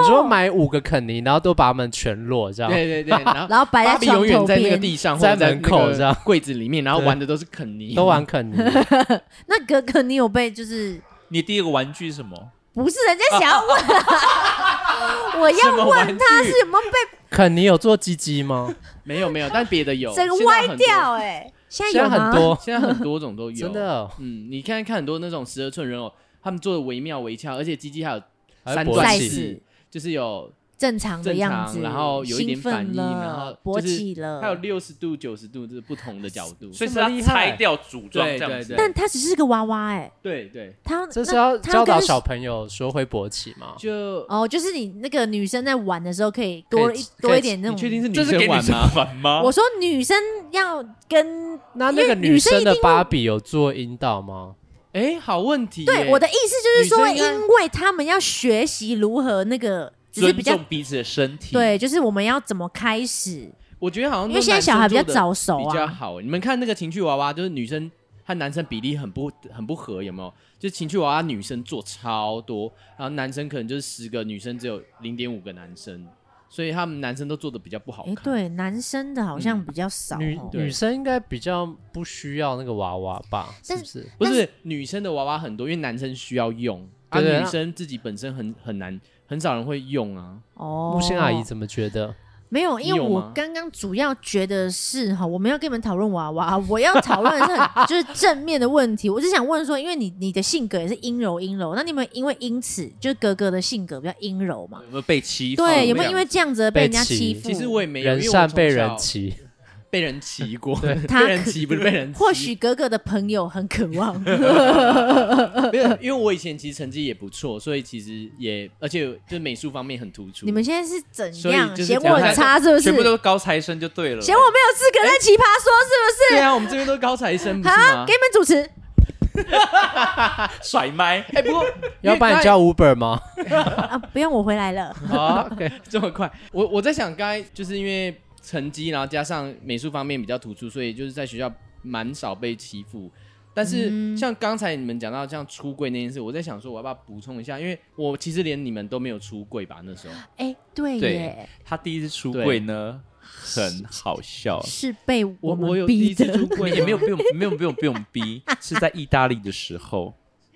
A: 你说买五个肯尼，然后都把他们全裸这样？
C: 对
A: [LAUGHS]
C: 对对，然后
D: 然后摆
C: 芭
D: 在
C: 比
D: 床
C: 永远
D: 头
C: 在那个
D: 边。
C: 地上，或
A: 在
C: 者在
A: 门口
C: 那个
A: 这样
C: 柜子里面，然后
A: 对
C: 玩的都是肯尼，
A: 都玩肯尼， [LAUGHS]
D: 那哥哥，你有被就是
E: 你第一个玩具是什么？
D: 不是人家想要问，啊我
E: 什么
D: 要
E: 玩具
D: 问他是有没有被
A: 肯尼有做鸡鸡 [LAUGHS] 吗？
C: 没有没有，但别的有，
D: 整个
C: 现在
D: 歪
C: 很多
D: 掉哎、现在
A: 现
D: 有
A: 在
D: 吗
A: 很多，
C: [LAUGHS] 现在很多种都有，
A: 真的哦
C: 嗯，你看看很多那种十二寸人偶，他们做的惟妙惟肖，而且鸡鸡还有
A: 还
C: 三
A: 勃
C: 段
D: 起
C: 式，就是有
D: 正常的
C: 正
D: 样
C: 常，
D: 子，
C: 然后有一点
D: 兴
C: 反
D: 奋
C: 应，
D: 了，
C: 然后
D: 勃
C: 就是
D: 起了，
C: 还有六十度、九十度，就是不同的角度。
E: 所以是
A: 这么
E: 要
A: 厉害
E: 拆掉组装这
C: 对
E: 样
C: 对
E: 子。
C: 对
D: 但，他只是个娃娃哎、
C: 对对，
D: 他
A: 这是
D: 那
A: 要
D: 他
A: 教导
D: 跟
A: 小朋友说会勃起吗？
C: 就
D: 哦，就是你那个女生在玩的时候可以多一多一点那
C: 你
D: 种。
C: 确定是女
E: 这是给
C: 生
E: 女
C: 玩
E: 生
C: 吗？
E: 玩吗？
D: 我说女生要跟
A: 那那个
D: 因为女生
A: 生的
D: 一定会
A: 芭比有做阴道吗？
C: 哎，好问题耶。
D: 对我的意思就是说，
C: 女生应该
D: 因为他们要学习如何那个，只是
E: 尊
D: 比较
E: 重彼此的身体。，
D: 对，就是我们要怎么开始，
C: 我觉得好像
D: 因为现在小孩比较早熟
C: 比较
D: 啊。
C: 好。你们看那个情趣娃娃，就是女生和男生比例很不很不合，有没有？就是情趣娃娃女生做超多，然后男生可能就是十个女生只有零点五个男生，所以他们男生都做的比较不好
D: 哎
C: 看。，
D: 对，男生的好像比较少哦。
A: 女
C: 对
A: 女生应该比较不需要那个娃娃吧？是
D: 但
A: 不是？
C: 不是女生的娃娃很多，因为男生需要用，啊，
A: 对对
C: 女生自己本身很很难，很少人会用啊。
D: 哦，
A: 木星阿姨怎么觉得？
D: 没有，
C: 你
D: 因为
C: 有
D: 我
C: 吗
D: 刚刚主要觉得是哈，我没有跟你们讨论娃娃，我要讨论的是
C: [LAUGHS]
D: 很就是正面的问题。我只想问说，因为你你的性格也是阴柔阴柔，那你们因为因此就是格格的性格比较阴柔嘛？
E: 有没有被欺负？
D: 对，
C: 我
D: 有没
C: 们
D: 有因
C: 俩
D: 为这样子被人家
A: 被
D: 欺
A: 欺
D: 负？
C: 其实我也没有，
A: 人
C: 因为我
A: 善被
C: 从小
A: 人欺，
C: 被人骑过， [LAUGHS]
A: 对
D: 他
C: 被人骑不是被人骑，
D: 或许格格的朋友很渴
C: [LAUGHS]
D: 望，
C: 没有，因为我以前其实成绩也不错，所以其实也而且就是美术方面很突出。
D: 你们现在是怎
C: 所以
D: 样？
C: 就是
D: 嫌
C: 这样
D: 我很差是不是？
E: 全部都是高材生就对了。
D: 嫌我没有资格在奇葩说是
C: 对啊，我们这边都是高材生，
D: 不
C: 不
D: 是？
C: 哎是
D: 啊，
C: 吗
D: 给？你们主持。
E: 甩麦，[LAUGHS]
C: 哎，不过
A: 要不然
C: [LAUGHS]
A: 你叫 Uber 吗？
D: 啊，不用我回来了。
C: 啊，这么快。我我在想，刚才就是因为成绩，然后加上美术方面比较突出，所以就是在学校蛮少被欺负。但是
D: 嗯
C: 像刚才你们讲到像出柜那件事，我在想说我要不要补充一下，因为我其实连你们都没有出柜吧那时候。
D: 哎，对
E: 对
D: 耶，
E: 他第一次出柜呢，很好笑。
D: 是被
C: 我
D: 们
C: 我有第
D: 逼
C: 一次
D: 的。
C: 出柜吗，
E: 也没有不用，没有不用不用逼，是在意大利的时候。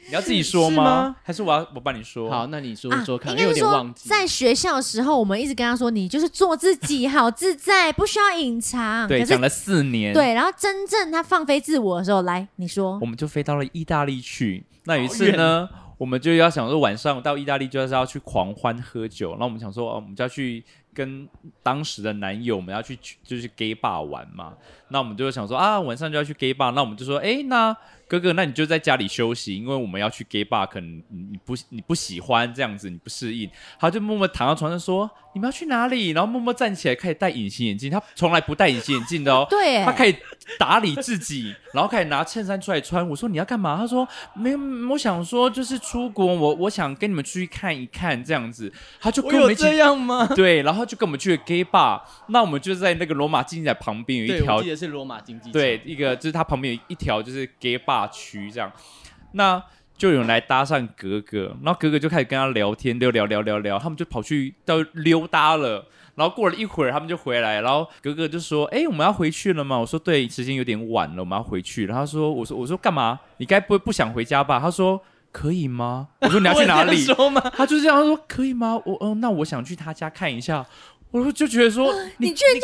E: 你要自己说
C: 是吗
E: 还是我要我帮你说？
C: 好，，那你说
D: 啊，
C: 说看，
D: 应该
C: 因为有
D: 是
C: 点
D: 说
C: 忘，记。
D: 在学校的时候，我们一直跟他说，你就是做自己，好自在，不需要隐藏。
E: 对，
D: 可是
E: 讲了四年。。
D: 对，然后真正他放飞自我的时候，来，你说
E: 我，们就飞到了意大利去。那有一次呢，我们就要想说晚上到意大利就是要去狂欢喝酒，那我们想说，哦，我们就要去跟当时的男友，我们要去就是 gay bar 玩嘛。那我们就想说啊，晚上就要去 gay bar，那我们就说，哎，那哥哥，那你就在家里休息，因为我们要去 gay bar，可能你你不你不喜欢这样子，你不适应。他就默默躺到床上说，你们要去哪里？然后默默站起来开始戴隐形眼镜，他从来不戴隐形眼镜的哦。
D: 对耶，
E: 他开始打理自己，然后开始拿衬衫出来穿。我说你要干嘛？他说没有，我想说就是出国，我我想跟你们出去看一看这样子。他就
C: 我
E: 跟我
C: 有
E: 们一
C: 这
E: 起
C: 样吗？
E: 对，然后就跟我们去了 gay bar。那我们就在那个罗马竞技场旁边 [LAUGHS] 有一
C: 对，
E: 条
C: 我记得是罗马竞技场。
E: 对，一个就是它旁边有一条就是 gay bar 区这样，那就有人来搭讪格格，然后格格就开始跟他聊天，就聊聊聊聊，他们就跑去到溜达了。然后过了一会儿，他们就回来，然后格格就说：“哎、我们要回去了吗？”我说：“对，时间有点晚了，我们要回去。”然后他说：“我说我说干嘛？你该不会不想回家吧？”他说：“可以吗？”我说：“你要
C: [LAUGHS] 我
E: 去
C: 有这
E: 哪
C: 样
E: 里？”
C: 说吗？
E: 他就这样说：“可以吗？”我嗯、那我想去他家看一下。我就觉得
C: 啊
E: 说，
D: 你去人家家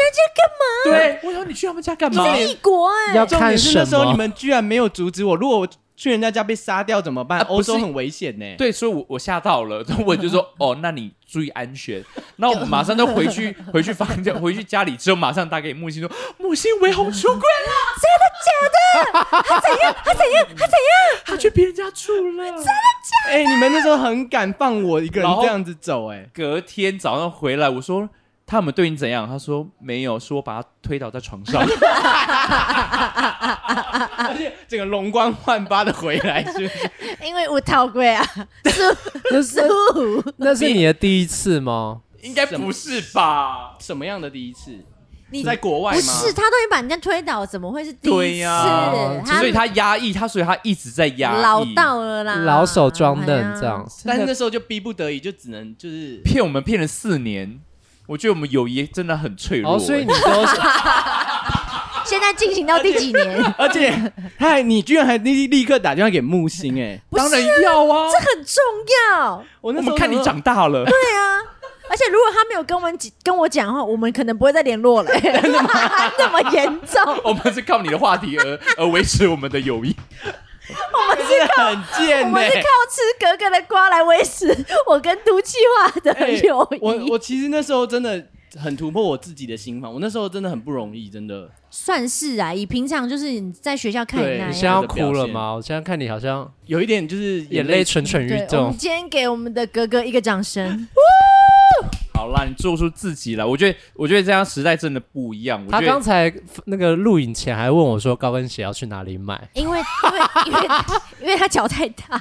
E: 对，我说你去他们家干嘛？
D: 干嘛？异国
A: [LAUGHS]
D: 哎，
A: 要
C: 重
A: 看
C: 点是那
A: 什
C: 时候你
A: 么？
C: 们居然没有阻止我，如果我去人家家被杀掉怎么办？
E: 啊
C: 欧、
E: 不是
C: 洲很危险呢、，
E: 对，所以我我吓到了， [LAUGHS] 我就说哦，那你注意安全。那我们马上就回去，回去房间，回去家里之后，马上打给木星说，木星为红出柜 [LAUGHS] 了，真的假的？他怎样？他怎样？他怎样？他去别人家住了。
C: 哎、你们那时候很敢放我一个人
E: 然后
C: 这样子走、哎，
E: 隔天早上回来，我说他们对你怎样？他说没有，是我把他推倒在床 [LAUGHS] 上。
C: 而且整个容光焕发的回来，是不是？
D: 因为我逃过
E: [LAUGHS]
D: 啊，
A: 那是
D: 不
A: 那是你的第一次吗？
E: 应该不是吧？
C: 什么样的第一次？
D: 你
C: 在国外
D: 不
C: 吗？
D: 是，他都已经把人家推倒，怎么会是第一次？
E: 对呀、
D: 他
E: 所以他压抑，他所以他一直在压抑，
D: 老到了啦，
A: 老手装嫩
D: 啊哎呀
A: 这样。，
C: 但是那时候就逼不得已，就只能就是
E: 骗我们骗了四年。我觉得我们友谊真的很脆弱、欸
A: 哦，所以
E: [LAUGHS]
A: 你都是
D: 现在进行到第几年？
E: [LAUGHS]
C: 而且他还你居然还立立刻打电话给木星哎、
E: 当然要啊，
D: 很重要。
C: 我那
E: 我
C: 时
E: 们
C: 候
E: 看你
C: 想说
E: 长大了，
D: 对啊，而且如果他没有跟我们跟我讲的话，我们可能不会再
A: [LAUGHS]
D: 联络了、 [LAUGHS] 那么严重，
E: [LAUGHS] 我们是靠你的话题而 [LAUGHS] 而维持我们的友谊。
D: 我们是
C: 哎真的很
D: 我
C: 贱呢、哎
D: 们是靠吃格格的瓜来维持我跟毒气化的
C: 哎
D: 友谊、
C: 我我其实那时候真的很突破我自己的心防，我那时候真的很不容易，真的。
D: 算是啊，以平常就是你在学校看
C: 对
D: 你那
A: 你现在要
D: 样。
A: 哭了吗？我现在看你好像
C: 有一点就是
A: 眼泪蠢蠢欲
D: 对，我
A: 动
D: 们。今天给我们的格格一个掌声。
A: [LAUGHS]
E: 好啦，你做出自己来，我觉得我觉得这样时代真的不一样。我
A: 他
E: 觉
A: 刚
E: 得
A: 才那个录影前还问我说高跟鞋要去哪里买，
D: 因为因为因为因为他脚太
A: [LAUGHS]
D: 大，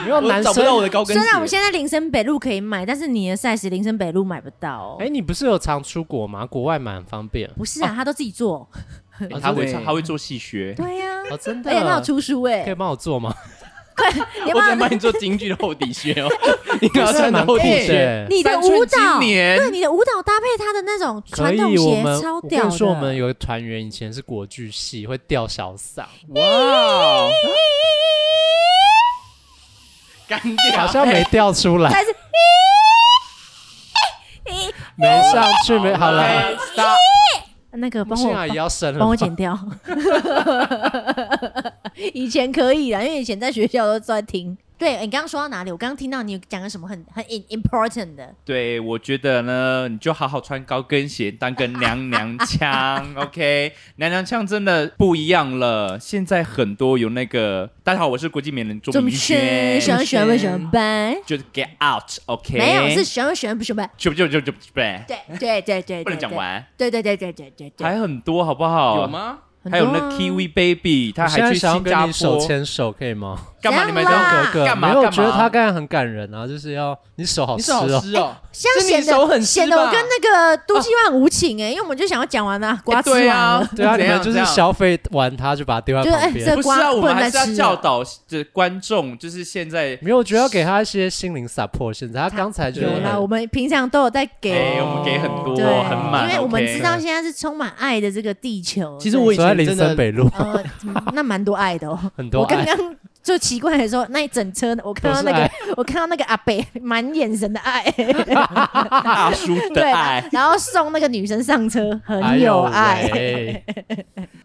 A: 因为
C: 我
A: 男
C: 找
A: 生
C: 不到我的高跟
D: 虽
C: 鞋。
D: 然我们现在林森北路可以买，但是你的 size 林森北路买不到、哦。
A: 哎、你不是有常出国吗？国外蛮方便。
D: 不是啊，他都自己做。
E: 哎他会
C: [LAUGHS] 对
E: 他会做戏学，
D: 对啊呀、
A: 哦，真的。
D: 而且他有出书哎、
A: 可以帮我做吗？
D: 你
C: 我只
D: 帮
C: 能帮你做京剧的厚底靴哦，你
A: [LAUGHS]
C: 要穿
A: 蛮
C: 的
A: 酷
C: 厚
A: 的
C: 底靴。
A: 欸。
D: 你的
E: 三寸
D: 舞蹈，
E: 金莲
D: 对你的舞蹈搭配他的那种
A: 可
D: 传统
A: 以，我
D: 鞋，
A: 们
D: 超
A: 我
D: 屌
A: 跟你
D: 的。
A: 说，我们有个团员以前是国剧系，会吊小嗓，
E: 哇，
C: 干
A: [LAUGHS]
C: 掉
A: 好。像没吊出来，
D: 但是
A: 没上去，
D: 哦
A: 没好了。
C: 了，
D: 那个帮
A: 幸好也
D: 我
A: 要生了，
D: 帮我剪。掉。以前可以啦，因为以前在学校都在听。对哎你刚刚说到哪里？我刚刚听到你有讲个什么很很 im- important 的，
E: 对，我觉得呢，你就好好穿高跟鞋，当个娘娘
D: [LAUGHS]
E: 腔，OK？娘娘腔真的不一样了。现在很多有那个，大家好，我是国际名人
D: 怎
E: 钟
D: 么
E: 明
D: 选
E: 轩，
D: 选选不选班？
E: 就是 get out，OK？、
D: 没有，是选选不选班？
E: 就就就就不对，
D: 对对对对，
E: 不能讲。完，哎
D: 对对对对对对对，
E: 还很多好不好？
C: 有？吗？
D: 很多啊
E: 还有那 Kiwi Baby，他
A: 我现
E: 还
A: 在
E: 去
A: 想要
E: 新
A: 跟
E: 加
A: 你手
E: 坡，
A: 牵手，可以
D: [LAUGHS]
A: 吗？
E: 干嘛
D: 怎样
E: 你们
D: 啦
E: 要
A: 哥哥，
E: 干嘛哎
A: 没有，我
E: 干
A: 觉得
E: 嘛
A: 他刚才很感人啊，就是要你手好
C: 你
A: 湿
C: 手好
A: 哦，
C: 湿哦，
D: 这样
C: 是
D: 显
C: 你
D: 得
C: 手很湿吧
D: 显得我跟那个都计划很无情哎、因为我们就想要讲完了，瓜
E: 哎
D: 吃完
E: 对
D: 了，
E: 啊，
A: 对啊，
E: 怎
A: 你
E: 样
A: 们就
E: 怎
A: 是
E: 样
A: 消费完它就把它丢在
D: 就是
A: 旁
D: 哎
A: 边
D: 这。
E: 不是
D: 瓜
E: 啊，我
D: 不能
E: 们还是要
D: 吃了
E: 教导这观众，就是现在，哎
A: 没有，我觉得要给他一些心灵 support。现在他刚才就
D: 有啦，我们平常都有在给，
E: 哎，
C: 哦
E: 我们给很多，
D: 对，
E: 很满，
D: 因为我们
E: OK
D: 知
E: [LAUGHS]
D: 道现在是充满爱的这个地球。
C: 其实我以
A: 走在
C: 前
A: 林
C: 真的
A: 森北路，
D: 呃，那蛮多爱的哦。
A: 很多
D: 我刚
A: 爱。
D: 刚就奇怪的时候，那一整车的我看到那
A: 都是
D: 个，我看到那个阿北满眼神的爱，
E: 大叔的
D: 对
E: 爱，，
D: 然后送那个女生上车，
A: 哎
D: 很有
A: 呦
D: 爱，
A: 喂，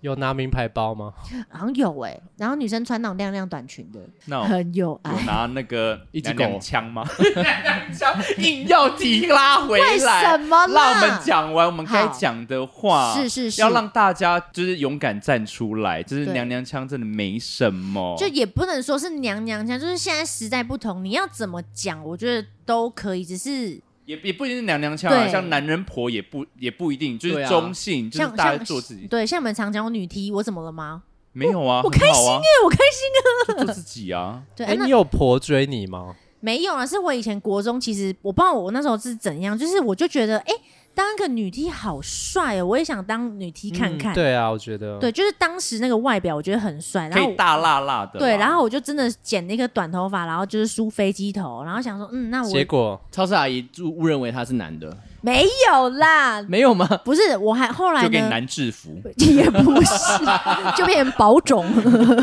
A: 有拿名牌包吗？
D: 好像有哎。然后女生穿那种亮亮短裙的，
E: 那 [LAUGHS] 我
D: 很有
E: 有
D: 爱。
E: 拿那个
C: 一只
E: 娘娘
C: 狗
E: 枪 [LAUGHS] 吗？娘娘枪硬要提拉回来，
D: 为什么啦
E: 让我们讲完我们该讲的话，
D: 是是是
E: 要让大家就是勇敢站出来，就是
D: 对
E: 娘娘腔真的没什么，
D: 就也不能说是娘娘腔，就是现在时代不同，你要怎么讲，我觉得都可以，只是
E: 也也不一定是娘娘腔啊，
D: 对
E: 像男人婆也不也不一定，就是
C: 对啊
E: 中性，就是
D: 像
E: 大家
D: 像
E: 做自己，
D: 对，像我们常讲我女 T，我怎么了吗？
E: 没有啊，
D: 我
E: 很好啊，
D: 对，我开心啊。
E: 就做自己
D: [LAUGHS]
E: 啊，
D: 对，
A: 哎，
D: 那
A: 你有婆追你吗？
D: 没有啊，是我以前国中，其实我不知道我那时候是怎样，就是我就觉得，哎、当一个女 T 好帅哦，我也想当女 T 看看。
A: 嗯对啊，我觉得。
D: 对，就是当时那个外表，我觉得很帅，
E: 可
D: 然后
E: 以
D: 我。
E: 大辣辣的啦，啊
D: 对，然后我就真的剪那个短头发，然后就是梳飞机头，然后想说，嗯，那我
A: 结果
C: [LAUGHS] 超市阿姨误误认为他是男的，
D: 没有啦，
C: 没有吗？ [LAUGHS]
D: 不是，我还后来
E: 就给你
D: 呢，
E: 男制服，
D: 也不是， [LAUGHS] 就变成保种， [LAUGHS]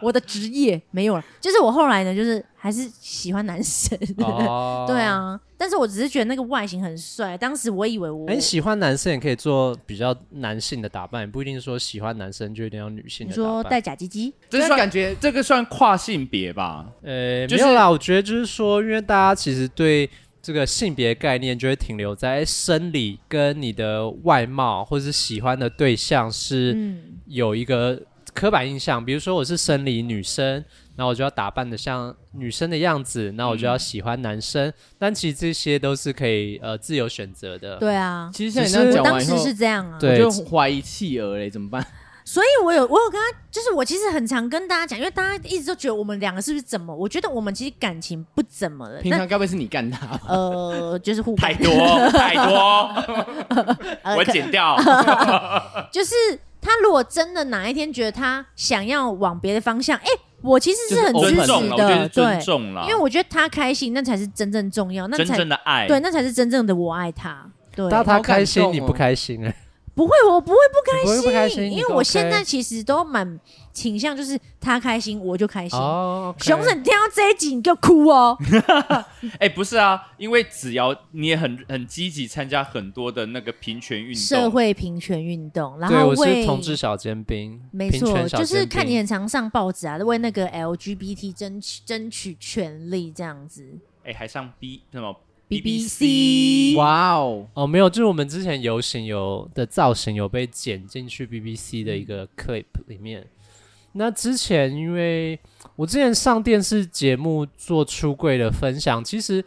D: 我的职业没有了，就是我后来呢，就是还是喜欢男生，，
A: 哦
D: [LAUGHS] 对。啊，但是我只是觉得那个外形很帅，当时我以为我
A: 哎，你喜欢男生也可以做比较男性的打扮，也不一定说喜欢男生就一定要女性
D: 你
A: 的
D: 说
A: 打扮。
D: 戴假鸡鸡，
E: 这
C: 但
E: 算
C: 感觉
E: 这个算跨性别吧？
A: 呃，
E: 就
A: 没
E: 是
A: 有啦，我觉得就是说，因为大家其实对这个性别概念就会停留在哎生理跟你的外貌或是喜欢的对象是
D: 嗯，
A: 有一个刻板印象，比如说我是生理女生，那我就要打扮的像女生的样子，那我就要喜欢男生。但其实这些都是可以呃自由选择的。
D: 对啊，
C: 其实像你
A: 只是
C: 那样
D: 我
C: 嗯讲
D: 当
C: 完以
D: 时
C: 后，
D: 是这样啊，
A: 对
C: 我就怀疑企鹅嘞，怎么办？
D: 所以我有我有跟他，就是我其实很常跟大家讲，因为大家一直都觉得我们两个是不是怎么？我觉得我们其实感情不怎么了，
C: 平
D: 但
C: 常该不会是你干啊他
D: [LAUGHS]
C: 吧？
D: 呃，就是互
E: 太
D: 感，
E: 多
D: [LAUGHS]
E: 太多，
D: 呃
E: 我
D: 可
E: 剪掉。
D: 就是他如果真的哪一天觉得他想要往别的方向，哎、我其实是很
C: 就是
D: 支
E: 尊
D: 持
E: 重了，我觉
D: 的，
E: 得是
D: 对
E: 尊，重了，
D: 因为我觉得他开心，那才是真正重要，那
E: 真
D: 才
E: 正的爱，
D: 对，那才是真正的我爱他。对，
A: 但他
C: 好感
A: 开心
C: 动
A: 你
C: 哦
A: 不开心哎、
D: 不会，我不会不开
A: 你不会
D: 心，
A: 不开心你
D: 因为
A: 都
D: 我
A: OK
D: 现在其实都蛮倾向，就是他开心我就开心。
A: 哦，
D: 熊仔，你听到这一集你就哭哦。
E: 哎、不是啊，因为只要你也很很积极参加很多的那个平权运动，
D: 社会平权运动，然
A: 对，
D: 后
A: 我是
D: 为
A: 同志小尖兵，
D: 没
A: 平
D: 错，
A: 权小
D: 就是
A: 尖
D: 看你
A: 兵
D: 很常上报纸啊，为那个 LGBT 争取争取权利这样子。
E: 哎、还上 B 什么
D: BBC
C: 哇哦，
A: 哦，没有，就是我们之前游行有的造型有被剪进去 BBC 的
D: 嗯
A: 一个 clip 里面。那之前因为我之前上电视节目做出柜的分享，其实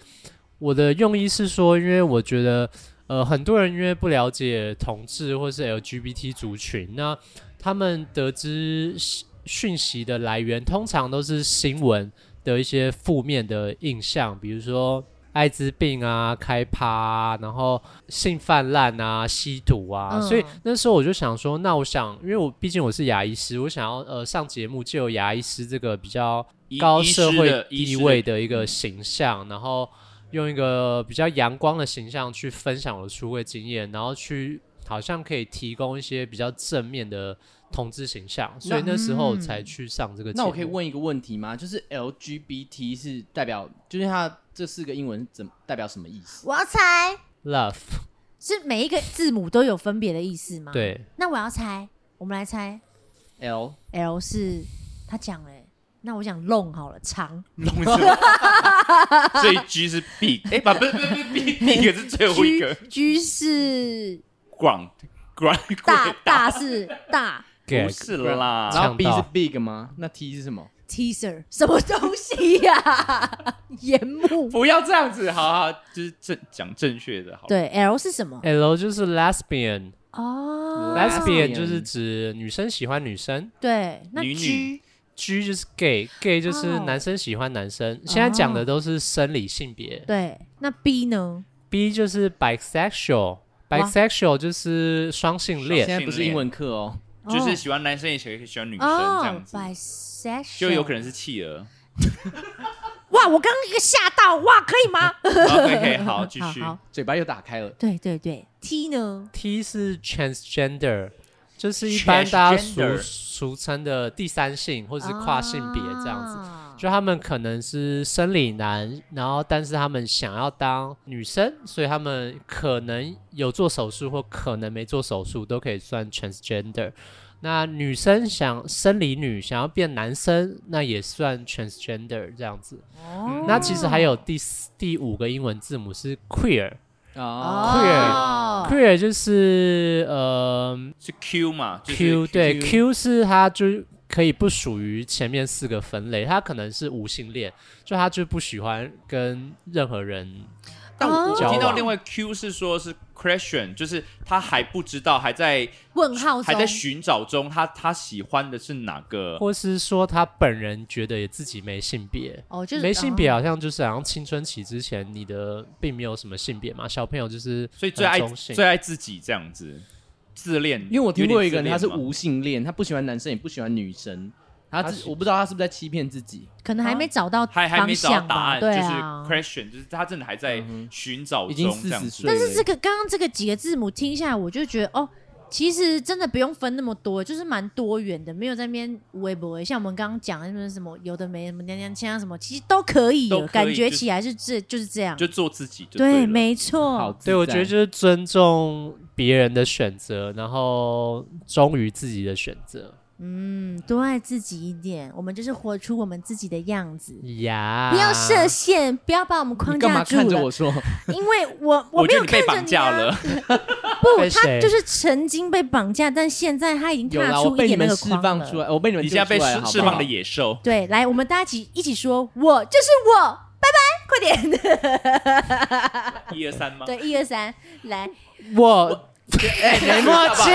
A: 我的用意是说，因为我觉得呃很多人因为不了解同志或是 LGBT 族群，那他们得知讯讯息的来源通常都是新闻的一些负面的印象，比如说艾滋病啊、开趴、啊，然后性泛滥啊、吸毒啊，
D: 嗯
A: 所以那时候我就想说，那我想，因为我毕竟我是牙医师，我想要呃上节目就有牙医师这个比较
E: 医
A: 高
E: 医师
A: 社会
E: 的医
A: 地
E: 师
A: 位
E: 的
A: 的一个形象，然后用一个比较阳光的形象去分享我的出柜经验，然后去好像可以提供一些比较正面的同志形象，所以那时候
D: 嗯
A: 才去上这个节目。
C: 那我可以问一个问题吗？就是 LGBT 是代表，就是它这四个英文是怎么代表什么意思？
B: 我要猜，
A: love
D: 是每一个字母都有分别的意思
E: 啊
D: 吗？。
A: 对
D: 那我要猜，我们来猜
C: L
D: L 是他讲嘞、那我讲 long 好了，长
E: 弄什么？所以 G 是 big，哎、不不不不
D: [LAUGHS]
E: 不 big big 是最后一
D: G
E: 个
D: G 是
E: 广广
D: 大大是大
E: 不是啦，
C: 然后
A: 呛
C: B
A: 到
C: 是 big 吗？那 T 是什么？
D: teaser 什么东西呀、 [LAUGHS] 眼目
E: 不要这样子，好好，就是正讲正确的，好。
D: 对 L 是什么？
A: L 就是 lesbian，lesbian、
D: 哦
A: lesbian 就是指女生喜欢女生
D: 对，那
E: 女
D: G
E: 女
A: ，G 就是 gay，gay 就是
D: 哦
A: 男生喜欢男生。现在
E: 哦
A: 讲的都是生理性别。
D: 对，那 B 呢？
A: B 就是 bisexual，bisexual 就是双性
E: 双
A: 恋
E: 性。
C: 现在不是英文课哦，
E: 就是喜欢男生也喜欢喜欢女生这
D: 哦
E: 样子，
D: ，bisexual
E: 就有可能是企鹅。
D: 哇！我刚刚一个吓到，哇，可以吗？
E: OK，好，
D: [LAUGHS]
E: 继续。
D: 好好，
C: 嘴巴又打开了。
D: 对对对，T 呢？
A: T 是 transgender，就是一般大家俗
E: Transgender
A: 俗称的第三性或是跨性别这样子。
D: 子
A: 就他们可能是生理男，然后但是他们想要当女生，所以他们可能有做手术或可能没做手术，都可以算 transgender。那女生想生理女想要变男生，那也算 transgender 这样子。
D: 哦
A: 那其实还有第四第五个英文字母是 queer，queer、
C: 哦，
D: 哦
A: queer 就是呃
E: 是 Q 嘛就是
A: Q 对
E: Q
A: Q 是它就是可以不属于前面四个分类，它可能是无性恋，就它就不喜欢跟任何人。
E: 但
D: 哦
E: 我
A: 交往
E: 我听到另外 Q 是说是 question，就是他还不知道，还在
D: 问号
E: 还在
D: 中
E: 寻找中，他他喜欢的是哪个？
A: 或是说他本人觉得也自己没性别。
D: 哦，就是
A: 没性别
E: 啊
D: 哦
A: 好像就是好像青春期之前你的并没有什么性别嘛，小朋友就是
E: 所以最爱
A: 很中性
E: 最爱自己这样子，自恋。
C: 因为我听过一个人，他
E: 有点
C: 是
E: 自恋嘛
C: 无性恋，他不喜欢男生，也不喜欢女生。他
A: 他
C: 自
A: 是
C: 我不知道他是不是在欺骗自己，
D: 哦可能还没找到
E: 还还
D: 方
E: 没找到
D: 向
E: 答
D: 吧，
E: 案，
D: 对
E: 就是
D: 啊。
E: question，就是他真的还在寻找
C: 嗯已经
E: 中这
C: 四
E: 样
C: 十
E: 子。
C: 岁了。
D: 但是这个刚刚这个几个字母听下来，我就觉得哦，其实真的不用分那么多，就是蛮多元的，没有在那边微博。像我们刚刚讲的那边什么有的没什么娘娘腔什么，其实都可以
E: 都
D: 了，
E: 可以
D: 感觉
E: 就是
D: 起来是这就是这样。
E: 就做自己就
D: 对，
E: 了
D: 没
C: 好
E: 哦
D: 错，
C: 自在，
A: 对我觉得就是尊重别人的选择，然后忠于自己的选择
D: 嗯，多爱自己一点，我们就是活出我们自己的样子，
A: 呀。
D: 不要设限，不要把我们
C: 你
D: 框
C: 干
D: 架
C: 嘛
D: 住
C: 看着我
D: 了，
C: 说？
E: [LAUGHS]
D: 因为我我
E: 我
D: 没
E: 觉
D: 有
E: 得你被
D: 看着
E: 绑
D: 你啊
E: 架了，
D: 不，
A: 被
D: 他
A: 谁
D: 就是曾经被绑架，但现在他已经
C: 有
D: 踏
C: 啦，我
D: 出一
C: 被你
D: 点那
C: 们
D: 个
C: 释
D: 框
C: 放
D: 了
C: 出来，我被你们
E: 你现在被
C: 救出来
E: 释
C: 啊好不好
E: 释放的
D: [LAUGHS]
E: 野兽。
D: 对，来，我们大家一起一起说，我就是我，拜拜，快点，
E: 一二三吗？
D: 对，一二三，来，
A: 我 [LAUGHS] 没默
E: [LAUGHS]
A: 契，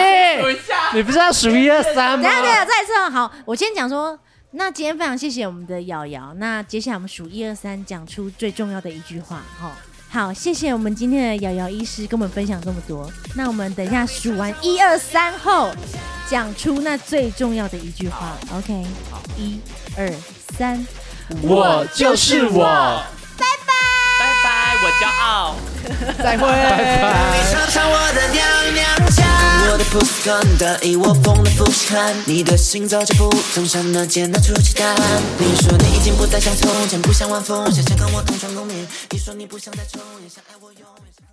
E: 等一下，
A: 你不是要数一二三
D: 等
A: 吗
D: 一？下，等一下，再一次哦好，我先讲说，那今天非常谢谢我们的瑶瑶。那接下来我们数一二三，讲出最重要的一句话。哈、好，谢谢我们今天的瑶瑶医师跟我们分享这么多。那我们等一下数完一二三后，讲出那最重要的一句话。OK，一二三，
A: 我就是我。
E: 拜拜，我骄傲。
C: 再会。
F: 你尝尝我的娘娘腔，我的 p u s 得意，我疯了不稀罕。你的心早就不从上那简单出奇答案。你说你已经不再像从前，不想玩疯，想想跟我同床共眠。你说你不想再宠，也想爱我永远。想爱我